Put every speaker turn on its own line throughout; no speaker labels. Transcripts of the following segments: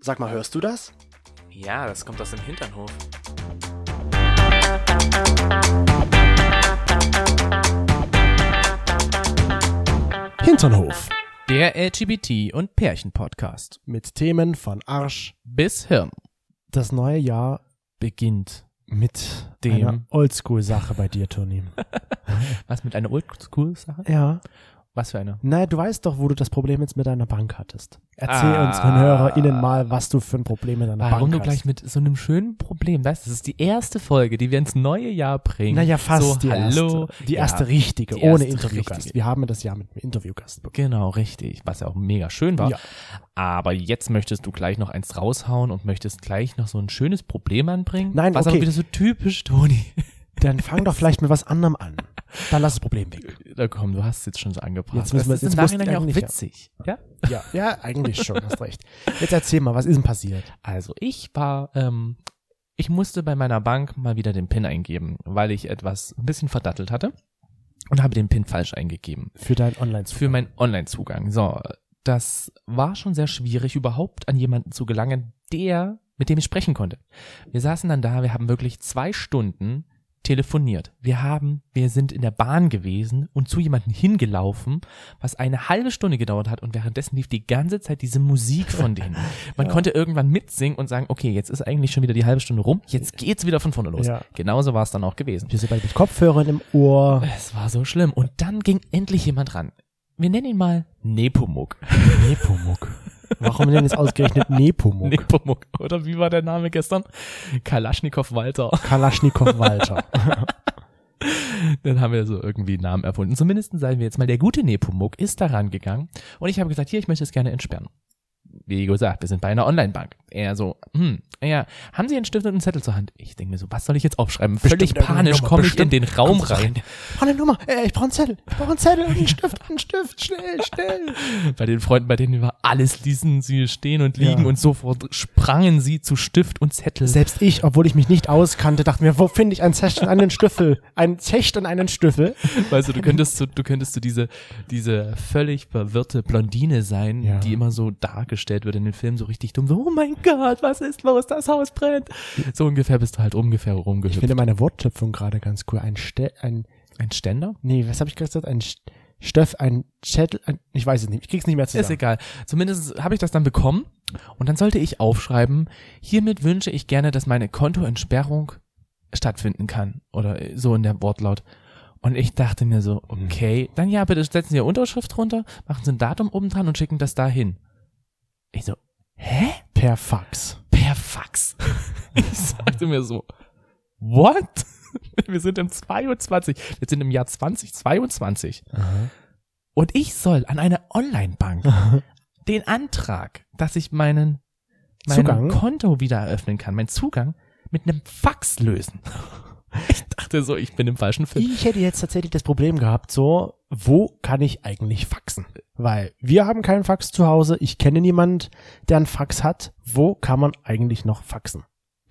Sag mal, hörst du das?
Ja, das kommt aus dem Hinternhof.
Hinternhof.
Der LGBT- und Pärchen-Podcast.
Mit Themen von Arsch.
Bis Hirn
Das neue Jahr
beginnt.
mit
Dem.
einer Oldschool-Sache bei dir, Toni.
Was mit einer Oldschool-Sache?
ja.
Was für eine?
Naja, du weißt doch, wo du das Problem jetzt mit deiner Bank hattest. Erzähl
Ah.
unseren HörerInnen mal, was du für ein Problem mit deiner
Warum
Bank
du
hast.
gleich mit so einem schönen Problem, weißt du, das ist die erste Folge, die wir ins neue Jahr bringen.
naja, fast
so,
die
hallo.
erste. Die
Ja,
erste richtige,
die
ohne
erste
Interviewgast.
richtige.
Wir haben das Jahr mit einem Interviewgast begonnen.
Genau, richtig, was ja auch mega schön war.
Ja.
Aber jetzt möchtest du gleich noch eins raushauen und möchtest gleich noch so ein schönes Problem anbringen.
Nein,
was
okay.
aber wieder so typisch, Toni.
Dann fang doch vielleicht mit was anderem an. Dann lass das Problem weg.
Da komm, du hast es jetzt schon so angebracht.
Jetzt müssen wir-
das ist
jetzt
im
musst du
Nachhinein ja auch
eigentlich, ja.
witzig. Ja?
Ja, ja, eigentlich schon, hast recht. Jetzt erzähl mal, was ist denn passiert?
Also ich war, ähm, ich musste bei meiner Bank mal wieder den PIN eingeben, weil ich etwas ein bisschen verdattelt hatte und habe den PIN falsch eingegeben
Für dein online
für meinen Online-Zugang. So, das war schon sehr schwierig, überhaupt an jemanden zu gelangen, der, mit dem ich sprechen konnte. Wir saßen dann da, wir haben wirklich zwei Stunden telefoniert. Wir haben, wir sind in der Bahn gewesen und zu jemandem hingelaufen, was eine halbe Stunde gedauert hat und währenddessen lief die ganze Zeit diese Musik von denen. Man
Ja.
konnte irgendwann mitsingen und sagen, okay, jetzt ist eigentlich schon wieder die halbe Stunde rum, jetzt geht's wieder von vorne los.
Ja.
Genauso war es dann auch gewesen.
Wir sind beide mit Kopfhörern im Ohr.
Es war so schlimm. Und dann ging endlich jemand ran. Wir nennen ihn mal Nepomuk.
Nepomuk. Warum denn jetzt ausgerechnet Nepomuk?
Nepomuk, oder wie war der Name gestern? Kalaschnikow Walter.
Kalaschnikow Walter.
Dann haben wir so irgendwie einen Namen erfunden. Zumindest sagen wir jetzt mal, der gute Nepomuk ist da rangegangen. Und ich habe gesagt, hier, ich möchte es gerne entsperren. Wie gesagt, wir sind bei einer Online-Bank. Er so, hm, ja, haben Sie einen Stift und einen Zettel zur Hand? Ich denke mir so, was soll ich jetzt aufschreiben? Völlig
Bestimmt irgendeine
panisch
Nummer,
komme ich in
bestimmt
den Raum
kommt's
rein.
Oh, eine Nummer. Äh, ich brauche einen Zettel. Ich brauche einen Zettel und einen Stift. Einen Stift. Schnell, schnell.
bei den Freunden, bei denen wir waren, alles ließen sie stehen und liegen
Ja.
und sofort sprangen sie zu Stift und Zettel.
Selbst ich, obwohl ich mich nicht auskannte, dachte mir, wo finde ich einen Zecht und einen Stiefel? Einen Zecht und einen Stiefel?
Weißt du, du könntest so, du könntest so diese, diese völlig verwirrte Blondine sein,
Ja.
die immer so dargestellt wird in den Filmen, so richtig dumm, so, oh mein Gott, was ist los, das Haus brennt. So ungefähr bist du halt ungefähr
Ich
rumgehüpft.
finde meine Wortschöpfung gerade ganz cool. Ein Ste ein,
Ein Ständer?
nee, was habe ich gerade gesagt? Ein St- Stöff, ein Zettel, ein, ich weiß es nicht. Ich krieg's nicht mehr
Ist
zusammen.
egal. Zumindest habe ich das dann bekommen und dann sollte ich aufschreiben, hiermit wünsche ich gerne, dass meine Kontoentsperrung stattfinden kann oder so in der Wortlaut. Und ich dachte mir so, okay, dann ja, bitte setzen Sie Ihre Unterschrift runter, machen Sie ein Datum oben dran und schicken das dahin. Ich so, hä?
Per Fax.
Per Fax. Ich sagte mir so, what? Wir sind im 22, wir sind im Jahr 2022. Und ich soll an eine Online-Bank den Antrag, dass ich meinen, mein
Zugang?
Konto wieder eröffnen kann, meinen Zugang mit einem Fax lösen. Ich dachte so, ich bin im falschen Film.
Ich hätte jetzt tatsächlich das Problem gehabt, so, wo kann ich eigentlich faxen? Weil wir haben keinen Fax zu Hause, ich kenne niemand, der einen Fax hat. Wo kann man eigentlich noch faxen?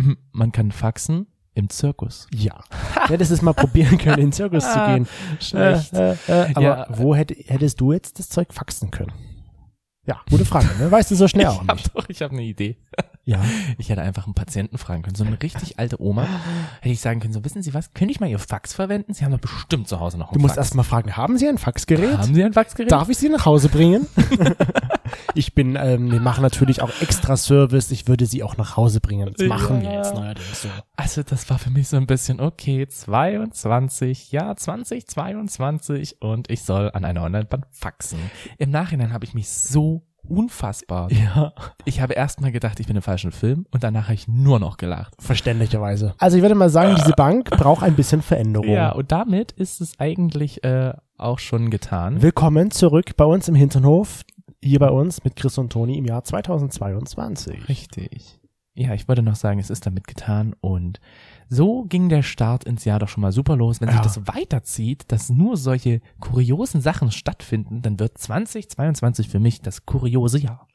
Hm, Man kann faxen im Zirkus.
Ja. Hättest es mal probieren können, in den Zirkus zu gehen.
Schlecht.
Äh, äh, äh, aber
Ja.
wo hätte, hättest du jetzt das Zeug faxen können? Ja, gute Frage, ne? Weißt du so schnell auch
Ich hab
nicht.
doch, ich habe eine Idee.
Ja.
Ich hätte einfach einen Patienten fragen können, so eine richtig alte Oma. Hätte ich sagen können, so wissen Sie was, könnte ich mal Ihr Fax verwenden? Sie haben doch bestimmt zu Hause noch einen
Du musst
Fax.
erst mal fragen, haben sie ein Faxgerät?
Haben Sie ein Faxgerät?
Darf ich sie nach Hause bringen? ich bin, ähm, wir machen natürlich auch extra Service. Ich würde sie auch nach Hause bringen. Das machen wir
Ja.
jetzt neuerdings so.
Also das war für mich so ein bisschen, okay, 22, ja, 2022 und ich soll an einer Online-Band faxen. Im Nachhinein habe ich mich so unfassbar.
Ja.
Ich habe erstmal gedacht, ich bin im falschen Film und danach habe ich nur noch gelacht.
Verständlicherweise. Also ich würde mal sagen, diese Bank braucht ein bisschen Veränderung.
Ja, und damit ist es eigentlich äh, auch schon getan.
Willkommen zurück bei uns im Hinternhof. Hier bei uns mit Chris und Toni im Jahr 2022.
Richtig. Ja, ich wollte noch sagen, es ist damit getan und so ging der Start ins Jahr doch schon mal super los. Wenn
Ja.
sich das weiterzieht, dass nur solche kuriosen Sachen stattfinden, dann wird 2022 für mich das kuriose Jahr.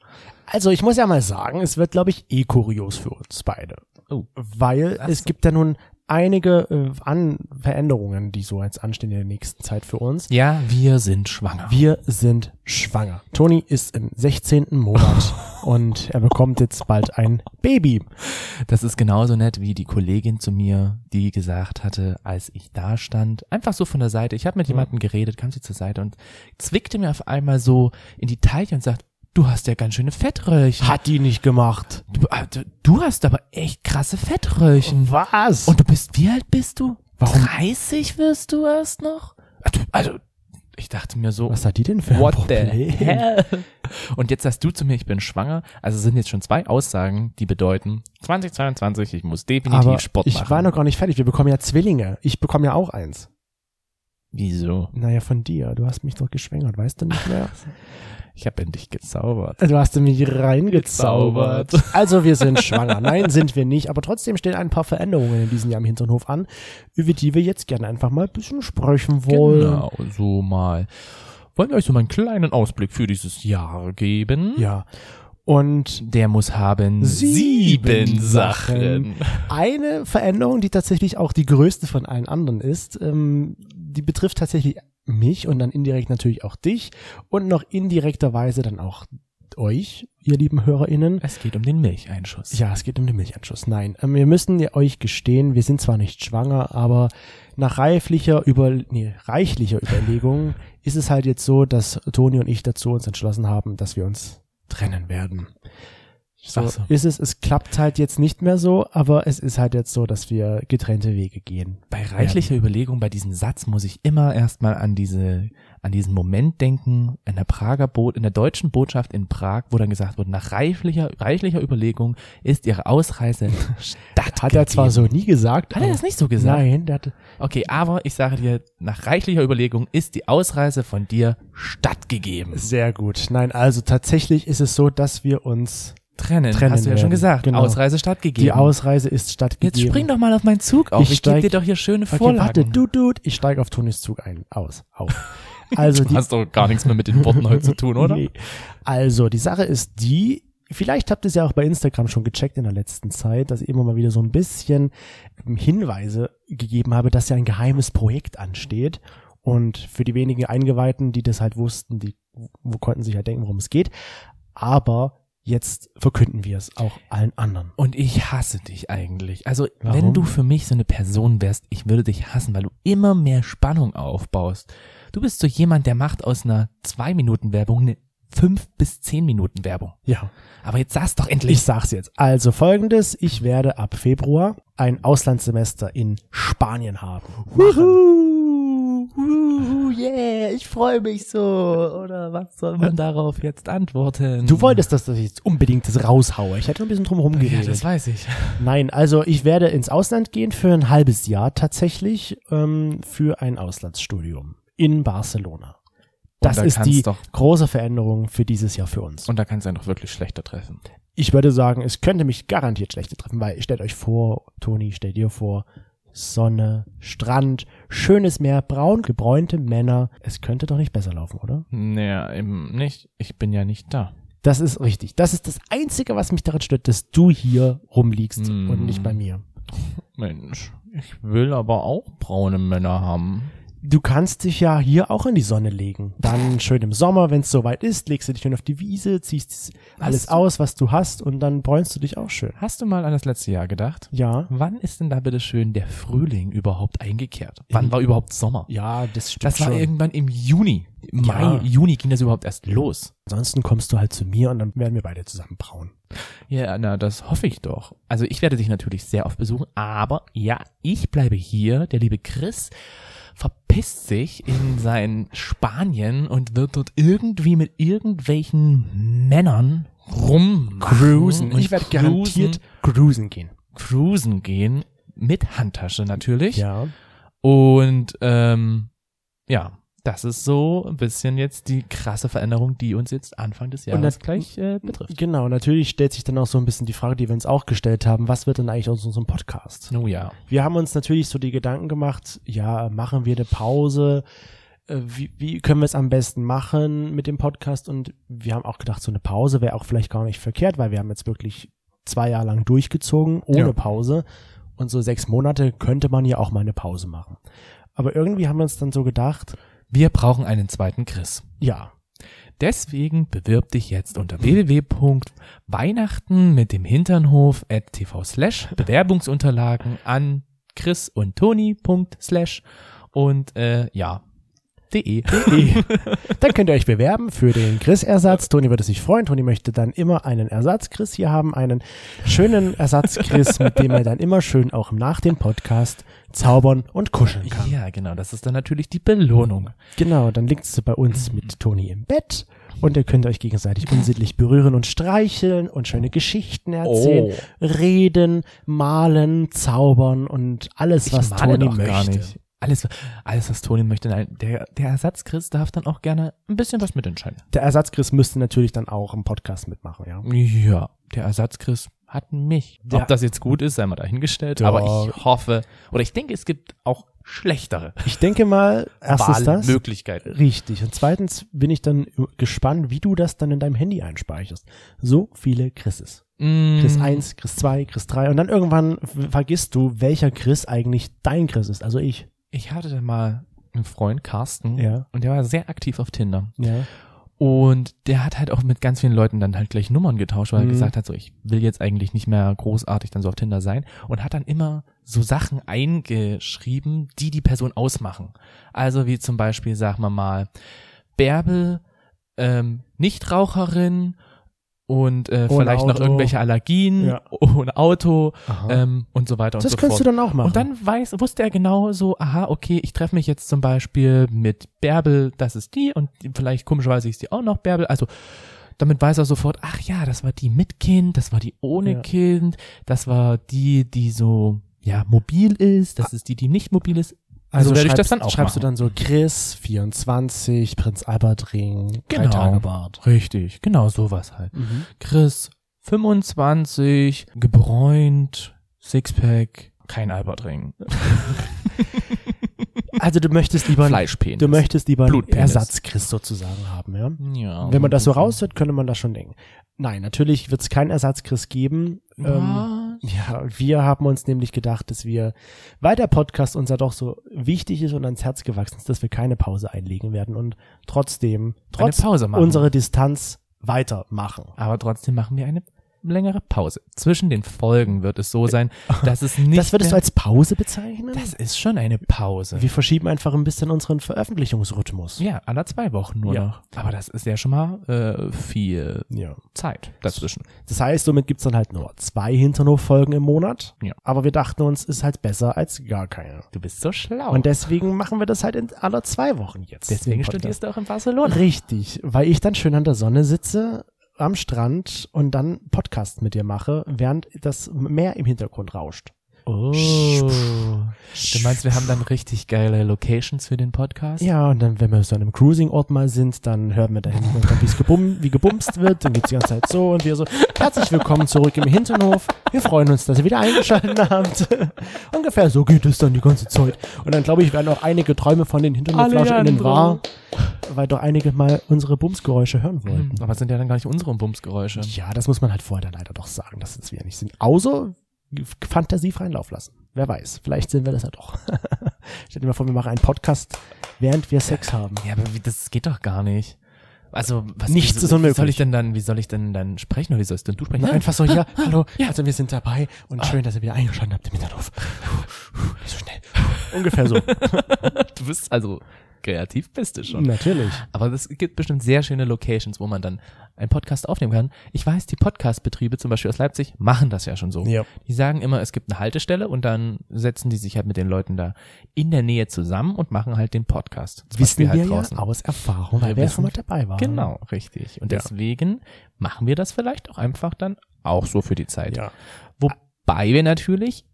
Also ich muss ja mal sagen, es wird, glaube ich, eh kurios für uns beide.
Oh.
Weil
Ach
es
so.
gibt ja nun einige äh, an Veränderungen, die so jetzt anstehen in der nächsten Zeit für uns.
Ja, wir sind schwanger.
Wir sind schwanger. Toni ist im 16. Monat und er bekommt jetzt bald ein Baby.
Das ist genauso nett wie die Kollegin zu mir, die gesagt hatte, als ich da stand, einfach so von der Seite, ich habe mit jemandem geredet, kam sie zur Seite und zwickte mir auf einmal so in die Taille und sagt, du hast ja ganz schöne Fettröhrchen.
Hat die nicht gemacht.
Du, ah, du- du hast aber echt krasse Fettröhrchen.
Was?
Und du bist, wie alt bist du?
Warum?
30 wirst du erst noch? Ah, du- Also, ich dachte mir so,
was hat die denn für ein
What the
Problem?
hell? Und jetzt sagst du zu mir, ich bin schwanger. Also sind jetzt schon zwei Aussagen, die bedeuten, 2022, ich muss definitiv
Aber
Sport
ich
machen.
war noch gar nicht fertig. Wir bekommen ja Zwillinge. Ich bekomme ja auch eins.
Wieso?
Naja, von dir. Du hast mich doch geschwängert, weißt du nicht mehr? Also,
Ich habe in dich gezaubert.
Du hast mich reingezaubert.
Gezaubert.
Also wir sind schwanger. Nein, sind wir nicht. Aber trotzdem stehen ein paar Veränderungen in diesem Jahr im Hinternhof an, über die wir jetzt gerne einfach mal ein bisschen sprechen wollen.
Genau, so mal. Wollen wir euch so mal einen kleinen Ausblick für dieses Jahr geben?
Ja. Und
Der muss haben
Sieben
sieben
Sachen.
Sachen.
eine Veränderung, die tatsächlich auch die größte von allen anderen ist, ähm, die betrifft tatsächlich mich und dann indirekt natürlich auch dich und noch indirekterweise dann auch euch, ihr lieben HörerInnen.
Es geht um den Milcheinschuss.
Ja, es geht um den Milchanschluss. Nein, ähm, wir müssen ja euch gestehen, wir sind zwar nicht schwanger, aber nach reiflicher über nee, reichlicher Überlegung ist es halt jetzt so, dass Toni und ich dazu uns entschlossen haben, dass wir uns trennen werden. So,
Ach so.
ist es, es klappt halt jetzt nicht mehr so, aber es ist halt jetzt so, dass wir getrennte Wege gehen.
Bei reichlicher Überlegung bei diesem Satz muss ich immer erstmal an diese, an diesen Moment denken, in der Prager Boot, in der deutschen Botschaft in Prag, wo dann gesagt wurde, nach reichlicher, reichlicher Überlegung ist ihre Ausreise statt.
Hat er zwar so nie gesagt.
Hat er
aber-
das nicht so gesagt?
Nein, der hat,
Okay, aber ich sage dir, nach reichlicher Überlegung ist die Ausreise von dir stattgegeben.
sehr gut. Nein, also tatsächlich ist es so, dass wir uns,
Trennen,
Trennen
hast du ja schon
werden,
gesagt.
genau.
Ausreise stattgegeben.
die Ausreise ist stattgegeben.
Jetzt spring doch mal auf meinen Zug auf.
Ich
Ich, gebe
steig-
dir doch hier schöne
Okay,
Vorlagen.
warte, du, du, ich steige auf Tonis Zug ein, aus, auf. Also
du
die,
hast doch gar nichts mehr mit den Worten heute zu tun, oder?
Nee. Also die Sache ist die, vielleicht habt ihr es ja auch bei Instagram schon gecheckt in der letzten Zeit, dass ich immer mal wieder so ein bisschen ähm, Hinweise gegeben habe, dass ja ein geheimes Projekt ansteht. Und für die wenigen Eingeweihten, die das halt wussten, die wo konnten sich halt denken, worum es geht. Aber jetzt verkünden wir es auch allen anderen.
Und ich hasse dich eigentlich. Also,
Warum?
wenn du für mich so eine Person wärst, ich würde dich hassen, weil du immer mehr Spannung aufbaust. Du bist so jemand, der macht aus einer 2-Minuten-Werbung eine 5- bis 10-Minuten-Werbung.
Ja.
Aber jetzt sag's doch
Ich
endlich.
sag's jetzt. Also folgendes, ich werde ab Februar ein Auslandssemester in Spanien haben.
Wuhu, wuhu, yeah, ich freue mich so. Oder was soll man darauf jetzt antworten?
Du wolltest, dass ich jetzt unbedingt das raushaue. Ich hätte ein bisschen drum
Ja,
rumgeredet.
das weiß ich.
Nein, also ich werde ins Ausland gehen für ein halbes Jahr tatsächlich ähm, für ein Auslandsstudium in Barcelona. Das
da
ist
kann's
die
doch-
große Veränderung für dieses Jahr für uns.
Und da kannst du einen doch wirklich schlechter treffen.
ich würde sagen, es könnte mich garantiert schlechter treffen, weil stellt euch vor, Toni, stellt dir vor, Sonne, Strand, schönes Meer, braun gebräunte Männer. Es könnte doch nicht besser laufen, oder?
Naja, eben nicht. Ich bin ja nicht da.
Das ist richtig. Das ist das Einzige, was mich daran stört, dass du hier rumliegst
Mm.
und nicht bei mir.
Mensch, ich will aber auch braune Männer haben.
Du kannst dich ja hier auch in die Sonne legen. Dann schön im Sommer, wenn es soweit ist, legst du dich schön auf die Wiese, ziehst alles
du-
aus, was du hast und dann bräunst du dich auch schön.
Hast du mal an das letzte Jahr gedacht?
Ja.
Wann ist denn da bitte schön der Frühling überhaupt eingekehrt? Wann war überhaupt Sommer?
Ja, das stimmt
Das war
schon.
irgendwann im Juni. Im Mai,
Ja.
Juni ging das überhaupt erst los.
Ansonsten kommst du halt zu mir und dann werden wir beide zusammen braun.
Ja, na, das hoffe ich doch. Also ich werde dich natürlich sehr oft besuchen, aber ja, ich bleibe hier. Der liebe Chris verpisst sich in sein Spanien und wird dort irgendwie mit irgendwelchen Männern rum
Cruisen. Ich werde garantiert cruisen gehen.
cruisen gehen mit Handtasche natürlich.
Ja.
Und ähm, ja, das ist so ein bisschen jetzt die krasse Veränderung, die uns jetzt Anfang des
Und
Jahres
das-
gleich äh, betrifft.
Genau, natürlich stellt sich dann auch so ein bisschen die Frage, die wir uns auch gestellt haben, was wird denn eigentlich aus unserem Podcast?
Oh ja.
Wir haben uns natürlich so die Gedanken gemacht, ja, machen wir eine Pause? Äh, Wie, wie können wir es am besten machen mit dem Podcast? Und wir haben auch gedacht, so eine Pause wäre auch vielleicht gar nicht verkehrt, weil wir haben jetzt wirklich zwei Jahre lang durchgezogen, ohne
Ja.
Pause. und so sechs Monate könnte man ja auch mal eine Pause machen. Aber irgendwie haben wir uns dann so gedacht,
Wir brauchen einen zweiten Chris.
ja,
Deswegen bewirb dich jetzt unter www.weihnachten mit dem Hinternhof at tv slash Bewerbungsunterlagen an chris und toni punkt slash und äh, ja E. de.
eh. dann könnt ihr euch bewerben für den Chris-Ersatz. Toni würde sich freuen. Toni möchte dann immer einen Ersatz-Chris hier haben, einen schönen Ersatz-Chris, mit dem er dann immer schön auch nach dem Podcast zaubern und kuscheln kann.
Ja, genau, das ist dann natürlich die Belohnung.
Genau, dann liegt sie bei uns mit Toni im Bett und ihr könnt euch gegenseitig unsittlich berühren und streicheln und schöne Geschichten erzählen, reden, malen, zaubern und alles, was Toni möchte.
Alles, alles, was Toni möchte. Nein, der, der Ersatz Chris darf dann auch gerne ein bisschen was mitentscheiden.
Der Ersatzchris müsste natürlich dann auch im Podcast mitmachen, ja.
Ja, der Ersatz Chris hat mich.
Ja.
Ob das jetzt gut ist, sei mal dahingestellt.
Ja.
Aber ich hoffe, oder ich denke, es gibt auch schlechtere
Ich denke mal, erstens das.
Wahlmöglichkeiten.
Richtig. Und zweitens bin ich dann gespannt, wie du das dann in deinem Handy einspeicherst. So viele Chrises.
Mm,
Chris 1, Chris 2, Chris 3 und dann irgendwann v- vergisst du, welcher Chris eigentlich dein Chris ist, also ich.
Ich hatte da mal einen Freund, Carsten,
Ja.
und der war sehr aktiv auf Tinder.
Ja.
Und der hat halt auch mit ganz vielen Leuten dann halt gleich Nummern getauscht, weil
Mhm.
er gesagt hat, so ich will jetzt eigentlich nicht mehr großartig dann so auf Tinder sein und hat dann immer so Sachen eingeschrieben, die die Person ausmachen. Also wie zum Beispiel, sagen wir mal, Bärbel, ähm, Nichtraucherin und äh,
Ohne
vielleicht noch
Auto.
irgendwelche Allergien,
Ja.
ohne Auto
Aha.
ähm, und so weiter
das
und so
könntest
fort.
du dann auch machen.
Und dann weiß, wusste er genau so, aha, okay, ich treffe mich jetzt zum Beispiel mit Bärbel, das ist die und die- vielleicht komischerweise ist die auch noch Bärbel. Also damit weiß er sofort, ach ja, das war die mit Kind, das war die ohne
Ja.
Kind, das war die, die so ja mobil ist, das ist die, die nicht mobil ist. so werde ich
Also schreibst-
das dann auch
Schreibst
machen.
du dann so Chris 24, Prinz Albert Ring, drei
Genau.
Tage Bart.
Richtig, genau sowas halt. Chris 25, gebräunt, Sixpack, kein Albertring,
Also du möchtest lieber
Fleischpenis.
du möchtest lieber einen
Blutpenis. Genau.
Ersatz Chris sozusagen haben, ja?
ja.
Wenn man das so raushört, könnte man das schon denken. Nein, natürlich wird es keinen Ersatz Chris geben. Ähm,
Was?
ja, wir haben uns nämlich gedacht, dass wir, weil der Podcast uns ja doch so wichtig ist und ans Herz gewachsen ist, dass wir keine Pause einlegen werden und trotzdem, trotz
eine Pause machen.
unserer Distanz weitermachen.
Aber trotzdem machen wir eine längere Pause. Zwischen den Folgen wird es so sein, dass es nicht.
das würdest du
mehr,
als Pause bezeichnen?
Das ist schon eine Pause.
wir verschieben einfach ein bisschen unseren Veröffentlichungsrhythmus.
ja, alle zwei Wochen nur
Ja.
noch. Aber das ist ja schon mal äh, viel
Ja.
Zeit dazwischen.
Das heißt, somit gibt's dann halt nur zwei Hinternhof-Folgen im Monat.
Ja.
Aber wir dachten uns, ist halt besser als gar keine.
Du bist so schlau.
Und
Und
deswegen machen wir das halt in aller zwei Wochen jetzt.
deswegen
den Podcast.
studierst du auch in Barcelona.
Richtig, weil ich dann schön an der Sonne sitze am Strand und dann Podcast mit dir mache, während das Meer im Hintergrund rauscht.
Oh. Du meinst, wir haben dann richtig geile Locations für den Podcast?
Ja, und dann, wenn wir so an einem Cruising-Ort mal sind, dann hören wir da hinten, wie es gebum, wie gebumst wird, dann geht's die ganze Zeit so und wir so, herzlich willkommen zurück im Hinternhof, wir freuen uns, dass ihr wieder eingeschaltet habt. Ungefähr so geht es dann die ganze Zeit. Und dann, glaube ich, werden auch einige Träume von den HinternhoflauscherInnen
Alejandro.
wahr, weil doch einige mal unsere Bumsgeräusche hören wollten.
Hm, Aber es sind ja dann gar nicht unsere Bumsgeräusche.
Ja, das muss man halt vorher dann leider doch sagen, dass es wir nicht sind. Außer Fantasie freien Lauf lassen. Wer weiß, vielleicht sind wir das ja doch. Stell dir mal vor, wir machen einen Podcast, während wir Sex haben.
Ja, aber wie, das geht doch gar nicht. Also, was
Nichts
wie, so-
ist unmöglich.
Wie soll ich denn dann, wie soll ich denn dann sprechen oder wie sollst denn du sprechen?
Na,
Nein.
einfach so, ja, hallo,
ja. Ah.
also wir sind dabei und schön, dass ihr wieder eingeschaltet habt im Hinterhof. Nicht so schnell. Ungefähr so.
Du bist also kreativ bist du schon.
Natürlich.
Aber es gibt bestimmt sehr schöne Locations, wo man dann einen Podcast aufnehmen kann. Ich weiß, die Podcast-Betriebe zum Beispiel aus Leipzig machen das ja schon so.
Ja.
Die sagen immer, es gibt eine Haltestelle und dann setzen die sich halt mit den Leuten da in der Nähe zusammen und machen halt den Podcast.
Wissen
Zum Beispiel
wir
halt
ja
draußen.
aus Erfahrung, weil
Wir
wir ja
wissen-
schon mal dabei waren.
Genau, richtig. Und
Ja.
deswegen machen wir das vielleicht auch einfach dann auch so für die Zeit.
Ja.
Wobei wir natürlich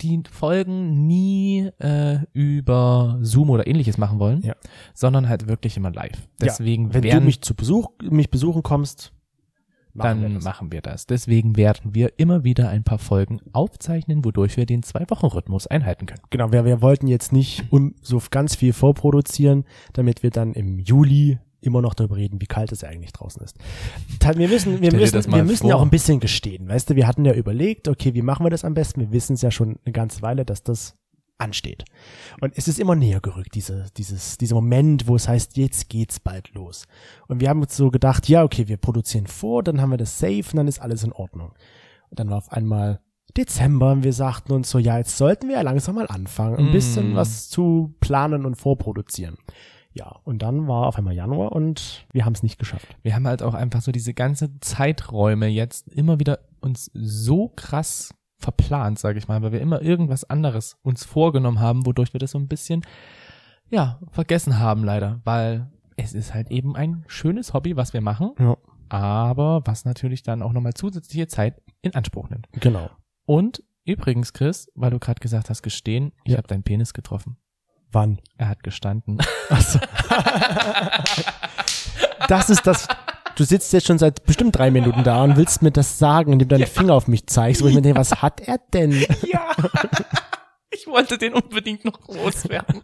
die Folgen nie äh, über Zoom oder ähnliches machen wollen,
Ja.
sondern halt wirklich immer live.
Ja,
Deswegen
Wenn du
werden,
mich zu Besuch, mich besuchen kommst, machen
dann
wir das.
machen wir das. Deswegen werden wir immer wieder ein paar Folgen aufzeichnen, wodurch wir den Zwei-Wochen-Rhythmus einhalten können.
Genau, wir, wir wollten jetzt nicht un, so ganz viel vorproduzieren, damit wir dann im Juli immer noch darüber reden, wie kalt es eigentlich draußen ist. Ta- Wir müssen, wir
dir
müssen,
das mal
wir müssen ja
vor.
auch ein bisschen gestehen, weißt du, wir hatten ja überlegt, okay, wie machen wir das am besten? Wir wissen es ja schon eine ganze Weile, dass das ansteht. Und es ist immer näher gerückt, diese, dieses, dieser Moment, wo es heißt, jetzt geht's bald los. Und wir haben uns so gedacht, ja, okay, wir produzieren vor, dann haben wir das safe und dann ist alles in Ordnung. Und dann war auf einmal Dezember und wir sagten uns so, ja, jetzt sollten wir ja langsam mal anfangen, ein
Mm.
bisschen was zu planen und vorproduzieren. Ja, und dann war auf einmal Januar und wir haben es nicht geschafft.
Wir haben halt auch einfach so diese ganze Zeiträume jetzt immer wieder uns so krass verplant, sage ich mal, weil wir immer irgendwas anderes uns vorgenommen haben, wodurch wir das so ein bisschen, ja, vergessen haben leider, weil es ist halt eben ein schönes Hobby, was wir machen,
Ja.
aber was natürlich dann auch nochmal zusätzliche Zeit in Anspruch nimmt.
Genau.
Und übrigens, Chris, weil du gerade gesagt hast, gestehen, ich
Ja.
habe deinen Penis getroffen.
Wann?
Er hat gestanden.
Achso. das ist das. Du sitzt jetzt schon seit bestimmt drei Minuten da und willst mir das sagen, indem du deinen Finger auf mich zeigst, wo ich mir denke, was hat er denn?
Ja. Ich wollte den unbedingt noch loswerden.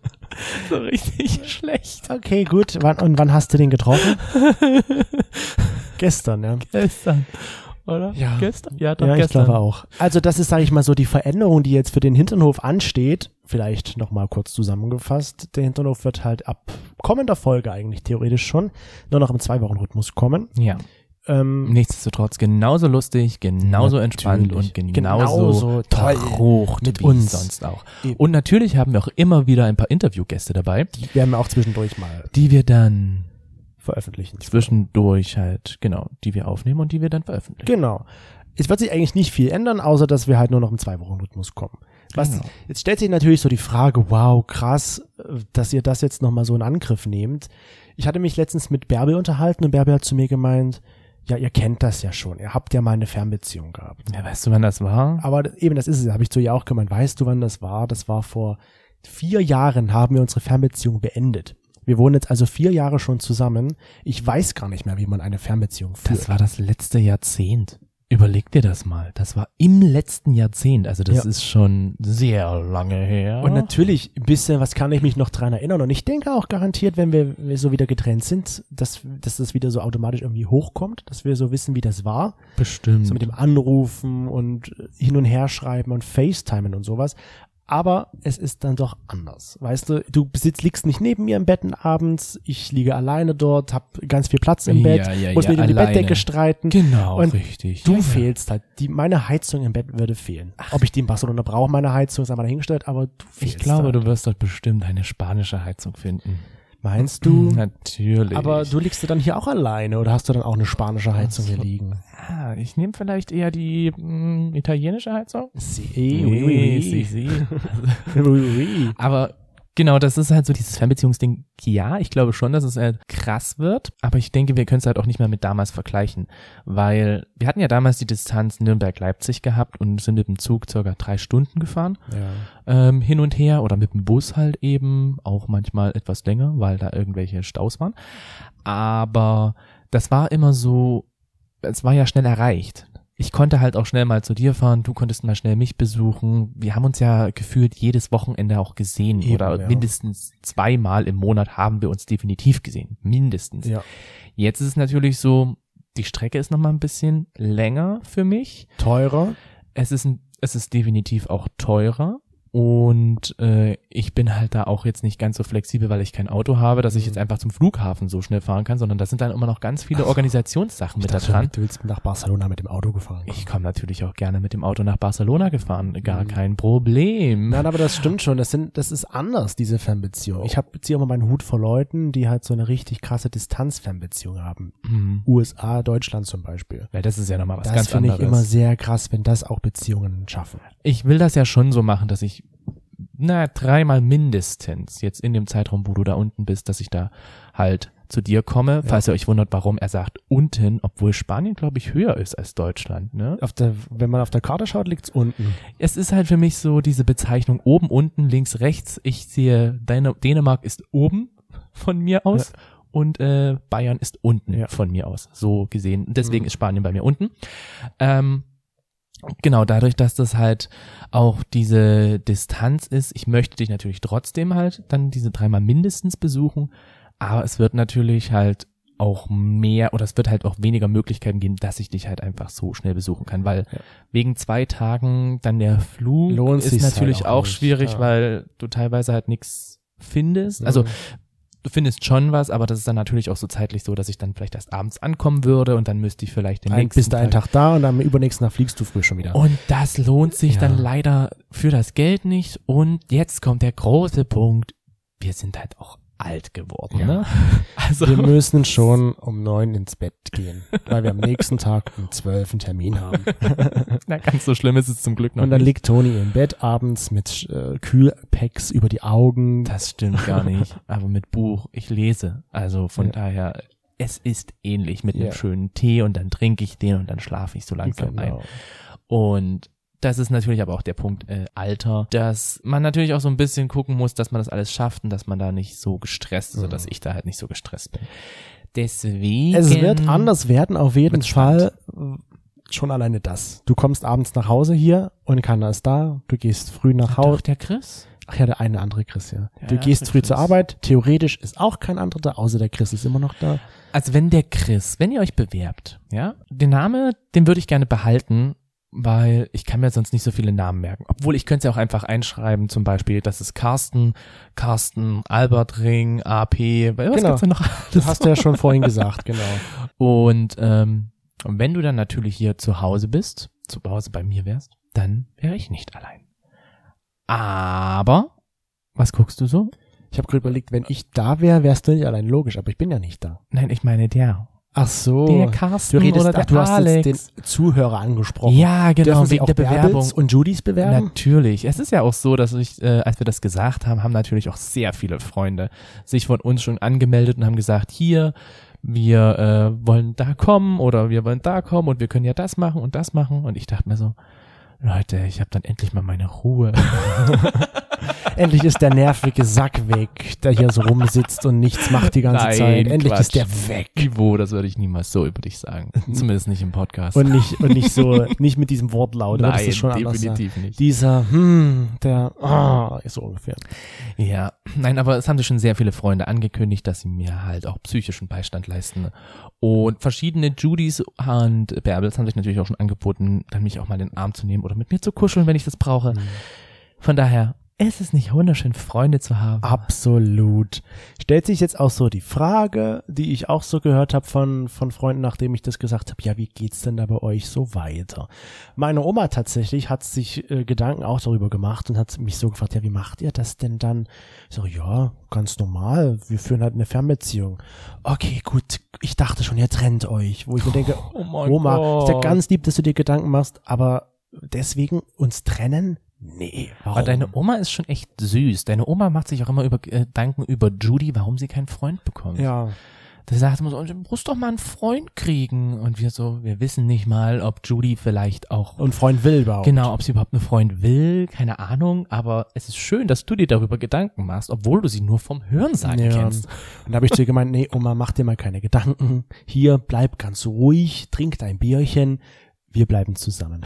So richtig schlecht.
Okay, gut. Wann, und wann hast du den getroffen? Gestern, ja.
Gestern. Oder?
Ja.
Gestern? Ja, doch
Ja, ich
gestern.
glaube auch. Also das ist, sage ich mal, so die Veränderung, die jetzt für den Hinternhof ansteht. Vielleicht nochmal kurz zusammengefasst. Der Hinternhof wird halt ab kommender Folge eigentlich theoretisch schon nur noch im Zwei-Wochen-Rhythmus kommen.
Ja.
Ähm,
Nichtsdestotrotz genauso lustig, genauso entspannt
Natürlich.
und genauso,
Genauso toll
verrucht
mit
wie
uns.
sonst auch.
Eben.
Und natürlich haben wir auch immer wieder ein paar Interviewgäste dabei, die,
werden wir auch zwischendurch mal
die wir dann
veröffentlichen.
zwischendurch halt, genau, die wir aufnehmen und die wir dann veröffentlichen.
Genau. Es wird sich eigentlich nicht viel ändern, außer dass wir halt nur noch im Zwei-Wochen-Rhythmus kommen. Was,
Genau.
Jetzt stellt sich natürlich so die Frage, wow, krass, äh, dass ihr das jetzt nochmal so in Angriff nehmt. Ich hatte mich letztens mit Bärbel unterhalten und Bärbel hat zu mir gemeint, ja, ihr kennt das ja schon, ihr habt ja mal eine Fernbeziehung gehabt.
Ja, weißt du, wann das war?
Aber d- eben, das ist es, habe ich zu ihr auch gemeint. Weißt du, wann das war? Das war vor vier Jahren haben wir unsere Fernbeziehung beendet. Wir wohnen jetzt also vier Jahre schon zusammen. Ich weiß gar nicht mehr, wie man eine Fernbeziehung führt.
Das war das letzte Jahrzehnt. Überleg dir das mal. Das war im letzten Jahrzehnt. Also das
Ja.
ist schon sehr lange her.
Und natürlich, ein bisschen, was kann ich mich noch dran erinnern? Und ich denke auch garantiert, wenn wir wir so wieder getrennt sind, dass, dass das wieder so automatisch irgendwie hochkommt, dass wir so wissen, wie das war.
bestimmt.
So mit dem Anrufen und hin und her schreiben und FaceTimen und sowas. Aber es ist dann doch anders. Weißt du, du sitzt, liegst nicht neben mir im Bett abends, ich liege alleine dort, hab ganz viel Platz im Bett,
Ja, ja,
muss
ja,
mir über die
alleine.
Bettdecke streiten.
genau,
Und
richtig.
Du
Ja, ja.
fehlst halt. Die, meine Heizung im Bett würde fehlen. Ob ich die in Barcelona brauche, meine Heizung ist einmal dahingestellt, aber du fehlst halt.
Ich glaube,
da.
du wirst dort bestimmt eine spanische Heizung finden. Hm,
Meinst du?
Natürlich.
Aber du liegst ja dann hier auch alleine oder hast du dann auch eine spanische Heizung hier liegen?
Ah, ich nehme vielleicht eher die mh, italienische Heizung.
Si,
si, si. Aber genau, das ist halt so dieses Fernbeziehungsding. Ja, ich glaube schon, dass es halt krass wird, aber ich denke, wir können es halt auch nicht mehr mit damals vergleichen, weil wir hatten ja damals die Distanz Nürnberg-Leipzig gehabt und sind mit dem Zug circa drei Stunden gefahren, ähm, hin und her oder mit dem Bus halt eben, auch manchmal etwas länger, weil da irgendwelche Staus waren. Aber das war immer so, es war ja schnell erreicht. Ich konnte halt auch schnell mal zu dir fahren, du konntest mal schnell mich besuchen. Wir haben uns ja gefühlt jedes Wochenende auch gesehen
Eben,
oder
ja.
mindestens zweimal im Monat haben wir uns definitiv gesehen. Mindestens.
Ja,
Jetzt ist es natürlich so, die Strecke ist nochmal ein bisschen länger für mich.
teurer.
Es ist, ein, es ist definitiv auch teurer. Und äh, ich bin halt da auch jetzt nicht ganz so flexibel, weil ich kein Auto habe, dass
Mhm.
ich jetzt einfach zum Flughafen so schnell fahren kann, sondern da sind dann immer noch ganz viele Organisationssachen mit da dran.
du willst nach Barcelona mit dem Auto gefahren.
Ich komme natürlich auch gerne mit dem Auto nach Barcelona gefahren, gar
Mhm.
kein Problem.
Nein, aber das stimmt schon. Das, sind, das ist anders, diese Fernbeziehung. Ich hab, ziehe immer meinen Hut vor Leuten, die halt so eine richtig krasse Distanzfernbeziehung haben.
Mhm.
USA, Deutschland zum Beispiel.
Weil das ist ja nochmal was
Das
ganz
finde
anderes.
ich immer sehr krass, wenn das auch Beziehungen schaffen.
ich will das ja schon so machen, dass ich, na, dreimal mindestens jetzt in dem Zeitraum, wo du da unten bist, dass ich da halt zu dir komme, falls ihr euch wundert, warum er sagt unten, obwohl Spanien, glaube ich, höher ist als Deutschland, ne?
Auf der, wenn man auf der Karte schaut, liegt's unten.
Es ist halt für mich so diese Bezeichnung oben, unten, links, rechts. Ich sehe, Dän- Dänemark ist oben von mir aus und äh, Bayern ist unten
Ja.
von mir aus, so gesehen. Deswegen ist Spanien bei mir unten. Ähm, genau, dadurch, dass das halt auch diese Distanz ist, ich möchte dich natürlich trotzdem halt dann diese dreimal mindestens besuchen, Aber es wird natürlich halt auch mehr oder es wird halt auch weniger Möglichkeiten geben, dass ich dich halt einfach so schnell besuchen kann, weil
Ja.
wegen zwei Tagen dann der Flug
Lohnt
ist
sich's halt
natürlich
auch
auch,
nicht,
schwierig,
ja. Mhm.
weil du teilweise halt nichts findest. Also du findest schon was, aber das ist dann natürlich auch so zeitlich so, dass ich dann vielleicht erst abends ankommen würde und dann müsste ich vielleicht den
ein,
nächsten
bist du einen Tag da und am übernächsten Tag fliegst du früh schon wieder.
und das lohnt sich
Ja.
dann leider für das Geld nicht. Und jetzt kommt der große Punkt. Wir sind halt auch alt geworden,
Ja.
ne? Also,
wir müssen schon um neun ins Bett gehen, weil wir am nächsten Tag um zwölf einen Termin haben.
na, ganz so schlimm ist es zum Glück noch
Und dann
nicht.
liegt Toni im Bett abends mit äh, Kühlpacks über die Augen.
Das stimmt gar nicht. Aber mit Buch, ich lese. Also von
Ja.
daher, es ist ähnlich mit einem
Ja.
schönen Tee und dann trinke ich den und dann schlafe ich so langsam ein.
Genau.
Und das ist natürlich aber auch der Punkt äh, Alter, dass man natürlich auch so ein bisschen gucken muss, dass man das alles schafft und dass man da nicht so gestresst ist,
Mhm.
oder dass ich da halt nicht so gestresst bin. Deswegen.
Es wird anders werden, auf jeden
Mit Spannend.
Fall. Schon alleine das. Du kommst abends nach Hause hier und keiner ist da. Du gehst früh nach
Doch,
Hause.
der Chris?
Ach ja, der eine andere Chris, ja.
Ja,
Du
der
gehst
andere
früh zur
Chris.
Arbeit. Theoretisch ist auch kein anderer da, außer der Chris ist immer noch da.
Also wenn der Chris, wenn ihr euch bewerbt, ja, den Name, den würde ich gerne behalten, weil ich kann mir sonst nicht so viele Namen merken. Obwohl ich könnte es ja auch einfach einschreiben, zum Beispiel, das ist Carsten, Carsten, Albert Ring, AP, weil was
Genau.
gibt's denn noch
Das hast du ja schon vorhin gesagt, genau.
Und ähm, und wenn du dann natürlich hier zu Hause bist, zu Hause bei mir wärst, dann wäre ich nicht allein. Aber, was guckst du so?
Ich habe gerade überlegt, wenn ich da wäre, wärst du nicht allein logisch, aber ich bin ja nicht da.
Nein, ich meine der.
Ach so.
Der Carsten
Oh, du redest,
oder der
ach, du hast
Alex.
jetzt den Zuhörer angesprochen.
ja, genau,
Dürfen sich
wegen
auch
der Bewerbung.
Bärbels und Judys bewerben?
Natürlich. Es ist ja auch so, dass ich, äh, als wir das gesagt haben, haben natürlich auch sehr viele Freunde sich von uns schon angemeldet und haben gesagt, hier, wir äh, wollen da kommen oder wir wollen da kommen und wir können ja das machen und das machen. Und ich dachte mir so, Leute, ich habe dann endlich mal meine Ruhe.
Endlich ist der nervige Sack weg, der hier so rumsitzt und nichts macht die ganze
Nein,
Zeit. Endlich
Quatsch.
ist der weg.
Ivo, das würde ich niemals so über dich sagen. Zumindest nicht im Podcast.
Und nicht, und nicht so, nicht mit diesem Wortlaut. oder? das ist schon anders. sagen.
definitiv nicht.
Dieser, hm, der, ah, ist so ungefähr.
Ja, nein, aber es haben sich schon sehr viele Freunde angekündigt, dass sie mir halt auch psychischen Beistand leisten. Und verschiedene Judys und Bärbels haben sich natürlich auch schon angeboten, dann mich auch mal in den Arm zu nehmen oder mit mir zu kuscheln, wenn ich das brauche. Von daher, es ist nicht wunderschön, Freunde zu haben.
Absolut. Stellt sich jetzt auch so die Frage, die ich auch so gehört habe von, von Freunden, nachdem ich das gesagt habe, ja, wie geht's denn da bei euch so weiter? Meine Oma tatsächlich hat sich äh, Gedanken auch darüber gemacht und hat mich so gefragt, ja, wie macht ihr das denn dann? Ich so, ja, ganz normal, wir führen halt eine Fernbeziehung. Okay, gut, ich dachte schon, ihr trennt euch, wo ich mir denke,
Oh mein
Oma, ist ja
Gott.
ganz lieb, dass du dir Gedanken machst, aber deswegen uns trennen? Nee.
Aber
Warum?
deine Oma ist schon echt süß. Deine Oma macht sich auch immer über äh, Gedanken über Judy, warum sie keinen Freund bekommt.
ja.
Da sagt man so, du musst doch mal einen Freund kriegen. Und wir so, wir wissen nicht mal, ob Judy vielleicht auch
Und Freund will überhaupt.
Genau, ob sie überhaupt einen Freund will, keine Ahnung, aber es ist schön, dass du dir darüber Gedanken machst, obwohl du sie nur vom Hörensagen
Ja.
kennst.
Und da habe ich zu ihr gemeint, nee, Oma, mach dir mal keine Gedanken. Hier, bleib ganz ruhig, trink dein Bierchen. Wir bleiben zusammen.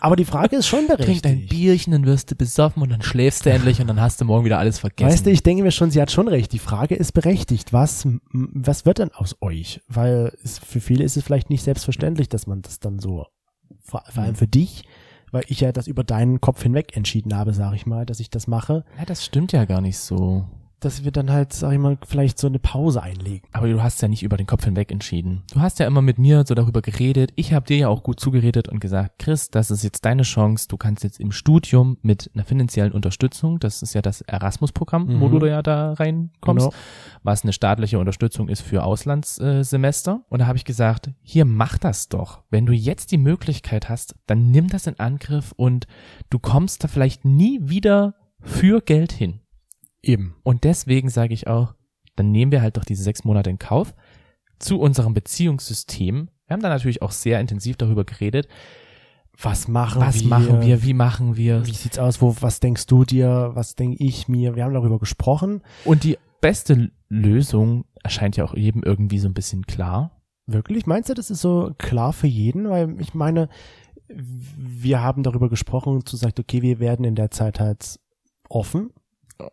Aber die Frage ist schon
Trink
berechtigt.
dein Bierchen, dann wirst du besoffen und dann schläfst du endlich und dann hast du morgen wieder alles vergessen.
Weißt du, ich denke mir schon, sie hat schon recht. Die Frage ist berechtigt. Was, m- was wird denn aus euch? Weil es, für viele ist es vielleicht nicht selbstverständlich, dass man das dann so, vor, vor
Mhm.
allem für dich, weil ich ja das über deinen Kopf hinweg entschieden habe, sage ich mal, dass ich das mache,
ja, das stimmt ja gar nicht so.
dass wir dann halt, sag ich mal, vielleicht so eine Pause einlegen.
Aber du hast ja nicht über den Kopf hinweg entschieden. Du hast ja immer mit mir so darüber geredet. Ich habe dir ja auch gut zugeredet und gesagt, Chris, das ist jetzt deine Chance. Du kannst jetzt im Studium mit einer finanziellen Unterstützung, das ist ja das Erasmus-Programm, wo
Mhm.
du da ja da reinkommst, was eine staatliche Unterstützung ist für Auslandssemester. Äh, Semester. und da habe ich gesagt, hier mach das doch. Wenn du jetzt die Möglichkeit hast, dann nimm das in Angriff und du kommst da vielleicht nie wieder für Geld hin.
Eben.
Und deswegen sage ich auch, dann nehmen wir halt doch diese sechs Monate in Kauf zu unserem Beziehungssystem. Wir haben da natürlich auch sehr intensiv darüber geredet.
Was machen
Was
wir?
machen wir? Wie machen wir?
Wie sieht's aus? Wo, was denkst du dir? Was denk ich mir? Wir haben darüber gesprochen.
Und die beste Lösung erscheint ja auch jedem irgendwie so ein bisschen klar.
Wirklich? Meinst du, das ist so klar für jeden? Weil ich meine, wir haben darüber gesprochen und zu gesagt, okay, wir werden in der Zeit halt offen.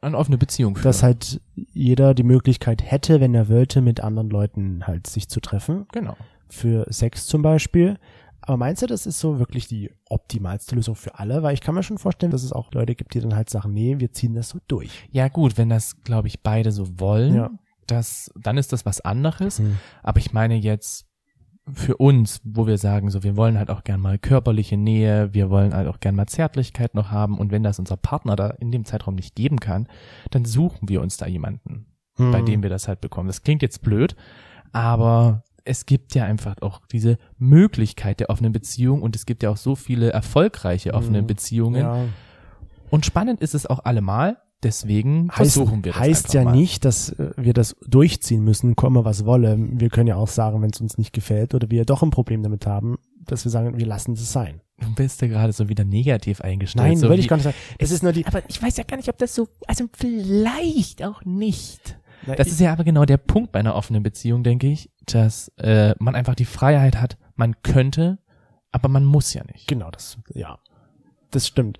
eine offene Beziehung führen.
dass halt jeder die Möglichkeit hätte, wenn er wollte, mit anderen Leuten halt sich zu treffen,
genau.
für Sex zum Beispiel. Aber meinst du, das ist so wirklich die optimalste Lösung für alle? Weil ich kann mir schon vorstellen, dass es auch Leute gibt, die dann halt sagen, nee, wir ziehen das so durch.
Ja gut, wenn das, glaube ich, beide so wollen,
Ja.
das, dann ist das was anderes. Aber ich meine jetzt für uns, wo wir sagen, so, wir wollen halt auch gern mal körperliche Nähe, wir wollen halt auch gern mal Zärtlichkeit noch haben und wenn das unser Partner da in dem Zeitraum nicht geben kann, dann suchen wir uns da jemanden, bei
Mhm.
dem wir das halt bekommen. Das klingt jetzt blöd, aber es gibt ja einfach auch diese Möglichkeit der offenen Beziehung und es gibt ja auch so viele erfolgreiche offene
Mhm.
Beziehungen.
ja.
Und spannend ist es auch allemal, deswegen
heißt,
versuchen wir das
heißt
einfach
ja
mal.
nicht, dass äh, wir das durchziehen müssen, komme was wolle. Wir können ja auch sagen, wenn es uns nicht gefällt oder wir doch ein Problem damit haben, dass wir sagen, wir lassen es sein.
Du bist ja gerade so wieder negativ eingestellt.
Nein,
so
würde ich
wie-
gar nicht sagen. Es ist nur die.
Aber ich weiß ja gar nicht, ob das so, also vielleicht auch nicht.
Na,
Das
ich-
ist ja aber genau der Punkt bei einer offenen Beziehung, denke ich, dass äh, man einfach die Freiheit hat, man könnte, aber man muss ja nicht.
Genau, das, ja. Das stimmt.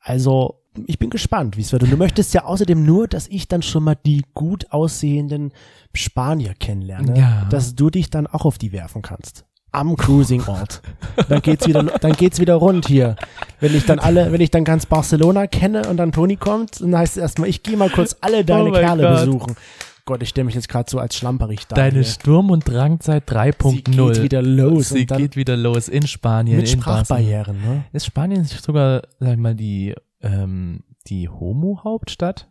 Also, ich bin gespannt, wie es wird. Und du möchtest ja außerdem nur, dass ich dann schon mal die gut aussehenden Spanier kennenlerne,
Ja.
dass du dich dann auch auf die werfen kannst. Am Cruising-Ort. Dann geht's wieder, dann geht's wieder rund hier. Wenn ich dann alle, wenn ich dann ganz Barcelona kenne und dann Toni kommt, dann heißt es erstmal, ich gehe mal kurz alle deine
Oh mein
Kerle
Gott.
besuchen. Gott, ich stelle mich jetzt gerade so als schlamperig da.
Deine
hier.
Sturm- und Drangzeit 3.0.
Sie geht wieder los
Sie
und dann
geht wieder los in Spanien,
mit
in Barcelona.
Sprachbarrieren, ne?
Ist Spanien sogar, sag ich mal, die, ähm, die Homo-Hauptstadt?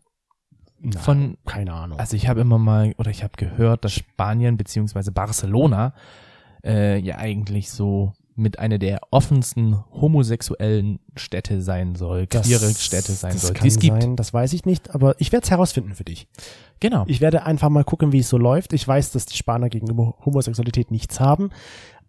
Nein,
Von-
keine Ahnung.
Also ich habe immer mal oder ich habe gehört, dass Spanien beziehungsweise Barcelona äh, ja eigentlich so mit einer der offensten homosexuellen Städte sein soll, queere Städte sein
das
soll,
kann
die es gibt.
Sein, das weiß ich nicht, aber ich werde es herausfinden für dich.
Genau.
Ich werde einfach mal gucken, wie es so läuft. Ich weiß, dass die Spaner gegenüber Homosexualität nichts haben,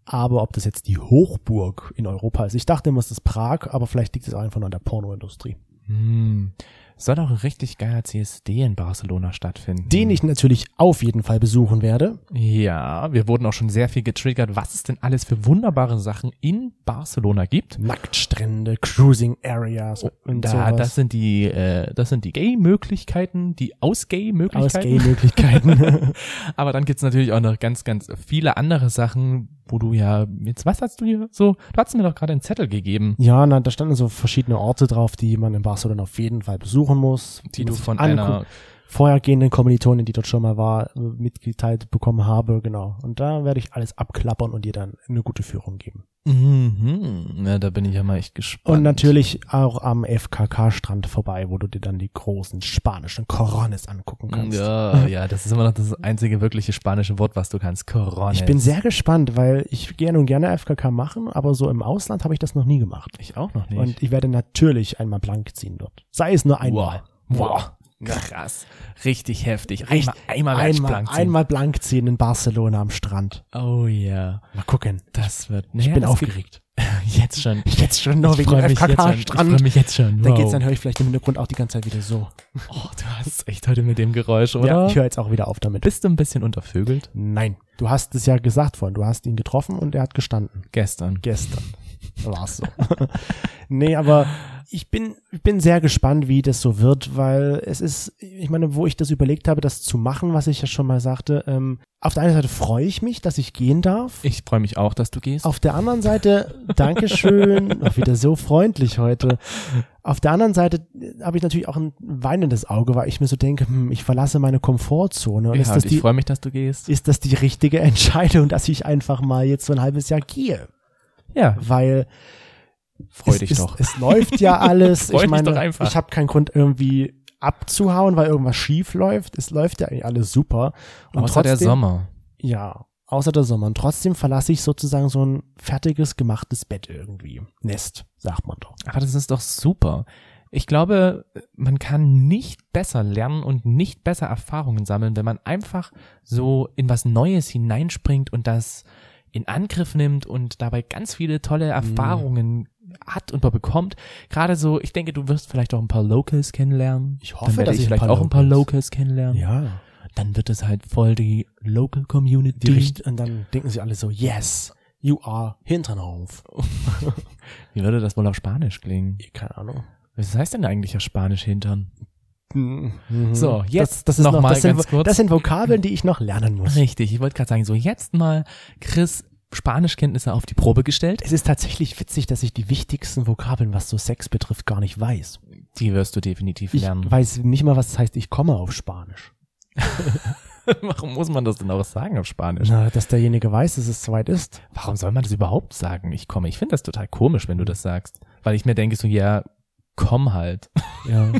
aber ob das jetzt die Hochburg in Europa ist. Ich dachte immer, es ist Prag, aber vielleicht liegt es auch einfach nur an der Pornoindustrie.
Hm. Soll auch ein richtig geiler CSD in Barcelona stattfinden.
Den ich natürlich auf jeden Fall besuchen werde.
Ja, wir wurden auch schon sehr viel getriggert, was es denn alles für wunderbare Sachen in Barcelona gibt.
Nacktstrände, Cruising Areas und
Oh, Da,
sowas.
das sind die, äh, das sind die Gay-Möglichkeiten, die
aus
Aus-Gay-Möglichkeiten.
Gay-Möglichkeiten.
Aber dann gibt's natürlich auch noch ganz, ganz viele andere Sachen, wo du ja, jetzt, was hast du hier so? Du hast mir doch gerade einen Zettel gegeben,
ja, na, da standen so verschiedene Orte drauf, die man in Barcelona auf jeden Fall besuchen muss.
die du
man sich
von
angucken
einer,
vorhergehenden Kommilitonin, die dort schon mal war, äh, mitgeteilt bekommen habe, genau. Und da werde ich alles abklappern und ihr dann eine gute Führung geben.
mhm, na, da bin ich ja mal echt gespannt.
Und natürlich auch am FKK-Strand vorbei, wo du dir dann die großen spanischen Corones angucken kannst.
Ja, ja, das ist immer noch das einzige wirkliche spanische Wort, was du kannst. Corona.
Ich bin sehr gespannt, weil ich gerne und gerne FKK machen, aber so im Ausland habe ich das noch nie gemacht.
ich auch noch nicht.
Und ich werde natürlich einmal blank ziehen dort. Sei es nur einmal.
Wow. wow. Krass. Richtig heftig.
Echt?
Einmal, einmal, werd ich
Einmal,
blank ziehen.
einmal blank ziehen in Barcelona am Strand.
Oh ja.
Mal gucken.
Das wird, naja,
Ich bin
das
aufgeregt.
Geht, jetzt schon.
Jetzt schon noch
Ich
wegen
freue mich, jetzt schon. Ich
FKK-Strand.
freu mich jetzt schon.
Dann
Wow.
geht's, dann höre ich vielleicht im Hintergrund auch die ganze Zeit wieder so.
Oh, du hast echt heute mit dem Geräusch, oder?
Ja, ich höre jetzt auch wieder auf damit.
Bist du ein bisschen untervögelt?
Nein. Du hast es ja gesagt vorhin. Du hast ihn getroffen und er hat gestanden.
Gestern.
Gestern. War's so. nee, aber ich bin, ich bin sehr gespannt, wie das so wird, weil es ist, ich meine, wo ich das überlegt habe, das zu machen, was ich ja schon mal sagte, ähm, auf der einen Seite freue ich mich, dass ich gehen darf.
Ich freue mich auch, dass du gehst.
Auf der anderen Seite, Dankeschön, auch wieder so freundlich heute. Auf der anderen Seite äh, habe ich natürlich auch ein weinendes Auge, weil ich mir so denke, hm, ich verlasse meine Komfortzone. Und
ja,
ist, das
und ich
die,
freue mich, dass du gehst.
ist das die richtige Entscheidung, dass ich einfach mal jetzt so ein halbes Jahr gehe?
Ja,
Weil
freu
es,
dich
es,
doch.
es läuft ja alles.
Freu
ich
dich
meine,
doch einfach.
ich habe keinen Grund irgendwie abzuhauen, weil irgendwas schief läuft. Es läuft ja eigentlich alles super. Und
Außer der
trotzdem-
Sommer.
Ja, außer der Sommer. Und trotzdem verlasse ich sozusagen so ein fertiges, gemachtes Bett irgendwie. Nest, sagt man doch. ne?
Aber das ist doch super. Ich glaube, man kann nicht besser lernen und nicht besser Erfahrungen sammeln, wenn man einfach so in was Neues hineinspringt und das in Angriff nimmt und dabei ganz viele tolle
Mhm.
Erfahrungen hat und bekommt. Gerade so, ich denke, du wirst vielleicht auch ein paar Locals kennenlernen.
Ich hoffe,
Dann werde
dass
ich
ich ein
vielleicht
paar
auch ein paar
Locals-
Locals kennenlernen.
Ja.
Dann wird es halt voll die Local Community.
Die Richt und dann denken sie alle so, yes, you are Hinternhof.
Wie würde das wohl auf Spanisch klingen?
Eh, Keine Ahnung.
Was heißt denn eigentlich auf Spanisch Hintern?
Mhm.
So, jetzt
das, das ist
noch mal
das sind,
ganz
Vo-
kurz.
Das sind Vokabeln, die ich noch lernen muss.
Richtig, ich wollte gerade sagen, so jetzt mal Chris Spanischkenntnisse auf die Probe gestellt.
Es ist tatsächlich witzig, dass ich die wichtigsten Vokabeln, was so Sex betrifft, gar nicht weiß.
Die wirst du definitiv
Ich
lernen.
weiß nicht mal, was das heißt, ich komme auf Spanisch.
Warum muss man das denn auch sagen auf Spanisch?
Na, dass derjenige weiß, dass es soweit ist.
Warum soll man das überhaupt sagen? Ich komme. Ich finde das total komisch, wenn du das sagst. Weil ich mir denke so, ja, komm halt.
Ja.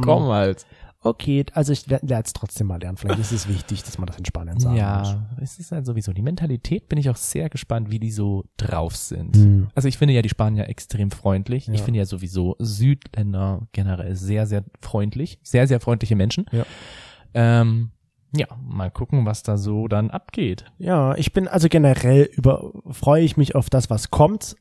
Komm halt.
Okay, also ich werde es trotzdem mal lernen. Vielleicht ist es wichtig, dass man das in Spanien sagen muss.
Ja, es ist halt sowieso. Die Mentalität bin ich auch sehr gespannt, wie die so drauf sind.
Hm.
Also ich finde ja die Spanier extrem freundlich. Ich
Ja.
finde ja sowieso Südländer generell sehr, sehr freundlich. Sehr, sehr freundliche Menschen.
Ja.
Ähm, ja, mal gucken, was da so dann abgeht.
Ja, ich bin also generell über, freue ich mich auf das, was kommt.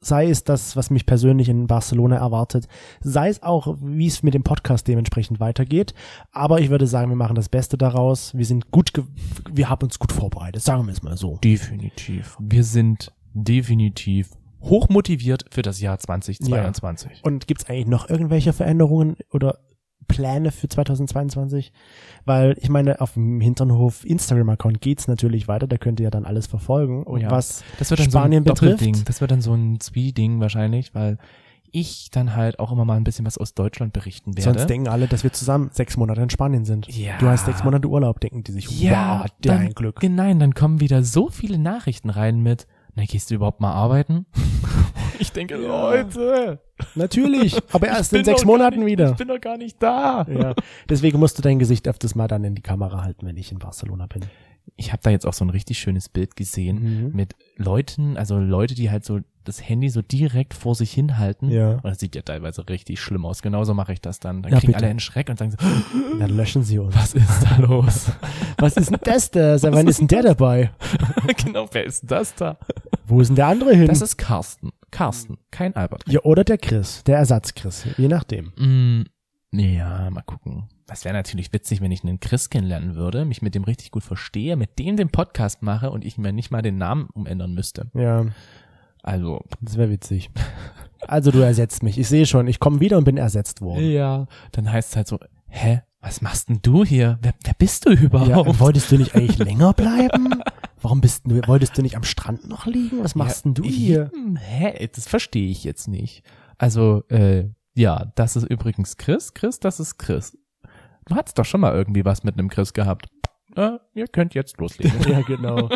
Sei es das, was mich persönlich in Barcelona erwartet, sei es auch, wie es mit dem Podcast dementsprechend weitergeht. Aber ich würde sagen, wir machen das Beste daraus. Wir sind gut, ge wir haben uns gut vorbereitet. Sagen wir es mal so.
Definitiv. Wir sind definitiv hochmotiviert für das Jahr 2022.
Und gibt's eigentlich noch irgendwelche Veränderungen oder Pläne für 2022? Weil ich meine, auf dem Hinternhof Instagram-Account geht's natürlich weiter, da könnt ihr ja dann alles verfolgen. Und
Ja.
was
Das wird dann
Spanien
so ein
betrifft?
Doppelding. Das wird dann so ein Zwie-Ding wahrscheinlich, weil ich dann halt auch immer mal ein bisschen was aus Deutschland berichten werde.
sonst denken alle, dass wir zusammen sechs Monate in Spanien sind.
Ja.
Du hast sechs Monate Urlaub, denken die sich,
Ja,
wow, der
dann-
ein Glück.
Nein, dann kommen wieder so viele Nachrichten rein mit, na, gehst du überhaupt mal arbeiten? ich denke,
Ja.
Leute,
Natürlich, aber erst
bin
in sechs
doch gar
Monaten
nicht,
wieder.
ich bin doch gar nicht da.
Ja, deswegen musst du dein Gesicht öfters mal dann in die Kamera halten, wenn ich in Barcelona bin.
Ich habe da jetzt auch so ein richtig schönes Bild gesehen
Mhm.
mit Leuten, also Leute, die halt so das Handy so direkt vor sich hinhalten.
Ja.
Und das sieht ja teilweise richtig schlimm aus. Genauso mache ich das dann. Dann
Ja,
kriegen
bitte.
alle einen Schreck und sagen so,
Dann löschen sie uns.
was ist da los?
Was ist denn das da? Seit wann ist denn der dabei?
genau, wer ist das da?
Wo ist denn der andere hin?
Das ist Carsten. Carsten, kein Albert.
Ja, oder der Chris, der Ersatz-Chris, je nachdem.
Mm, ja, mal gucken. Das wäre natürlich witzig, wenn ich einen Chris kennenlernen würde, mich mit dem richtig gut verstehe, mit dem den Podcast mache und ich mir nicht mal den Namen umändern müsste.
Ja,
Also,
das wäre witzig. Also du ersetzt mich. Ich sehe schon, ich komme wieder und bin ersetzt worden.
ja, dann heißt es halt so, hä, was machst denn du hier? Wer, wer bist du
Ja,
überhaupt?
und wolltest du nicht eigentlich länger bleiben? Warum bist du, wolltest du nicht am Strand noch liegen? Was machst denn du hier?
Hm, Hä, das verstehe ich jetzt nicht. Also, äh, ja, das ist übrigens Chris. Chris, das ist Chris. Du hattest doch schon mal irgendwie was mit einem Chris gehabt. Ja, ihr könnt jetzt loslegen.
Ja, genau.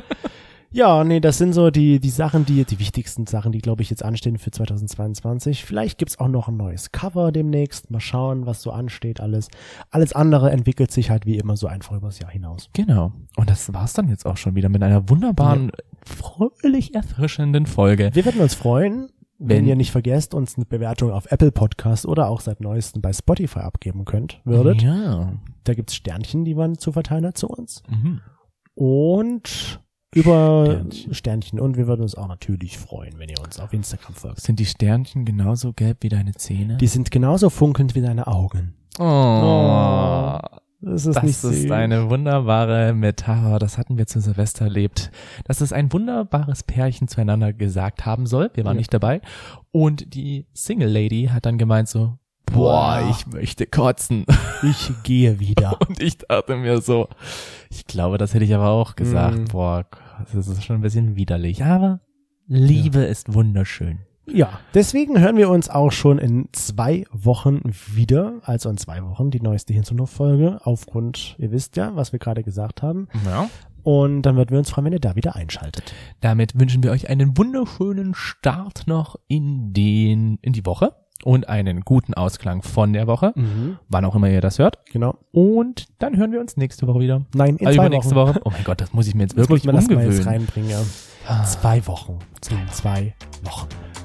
Ja, nee, das sind so die, die Sachen, die, die wichtigsten Sachen, die, glaube ich, jetzt anstehen für 2022. Vielleicht gibt's auch noch ein neues Cover demnächst. Mal schauen, was so ansteht alles. Alles andere entwickelt sich halt wie immer so einfach übers Jahr hinaus.
Genau. Und das war's dann jetzt auch schon wieder mit einer wunderbaren, fröhlich erfrischenden Folge.
Wir würden uns freuen, wenn,
Wenn-
ihr nicht vergesst, uns eine Bewertung auf Apple Podcast oder auch seit neuestem bei Spotify abgeben könnt,
Mhm.
würdet.
Ja.
Da gibt's Sternchen, die man zu verteilen hat zu uns.
Mhm.
Und über Sternchen.
Sternchen.
Und wir würden uns auch natürlich freuen, wenn ihr uns auf Instagram folgt.
Sind die Sternchen genauso gelb wie deine Zähne?
Die sind genauso funkelnd wie deine Augen.
oh,
Oh, Das ist
das
nicht
ist
süß.
eine wunderbare Metapher. Das hatten wir zu Silvester erlebt. Dass es ein wunderbares Pärchen zueinander gesagt haben soll. Wir waren
Ja.
nicht dabei. Und die Single Lady hat dann gemeint so, boah,
Boah.
ich möchte kotzen.
Ich gehe wieder.
Und ich dachte mir so, ich glaube, das hätte ich aber auch gesagt.
Mm.
Boah, das ist schon ein bisschen widerlich. Aber Liebe ist wunderschön.
Ja, deswegen hören wir uns auch schon in zwei Wochen wieder, also in zwei Wochen die neueste Hinzu-Folge, aufgrund, ihr wisst ja, was wir gerade gesagt haben.
Ja.
Und dann würden wir uns freuen, wenn ihr da wieder einschaltet.
Damit wünschen wir euch einen wunderschönen Start noch in den, in die Woche und einen guten Ausklang von der Woche,
Mhm.
wann auch immer ihr das hört.
Genau.
Und dann hören wir uns nächste Woche wieder.
Nein, in
Also
zwei
übernächste
Wochen.
Woche. Oh mein Gott, das muss ich mir jetzt
Jetzt muss
wirklich
man das mal jetzt
umgewöhnen. Ah.
reinbringen. Ja. Zwei Wochen.
In zwei Wochen.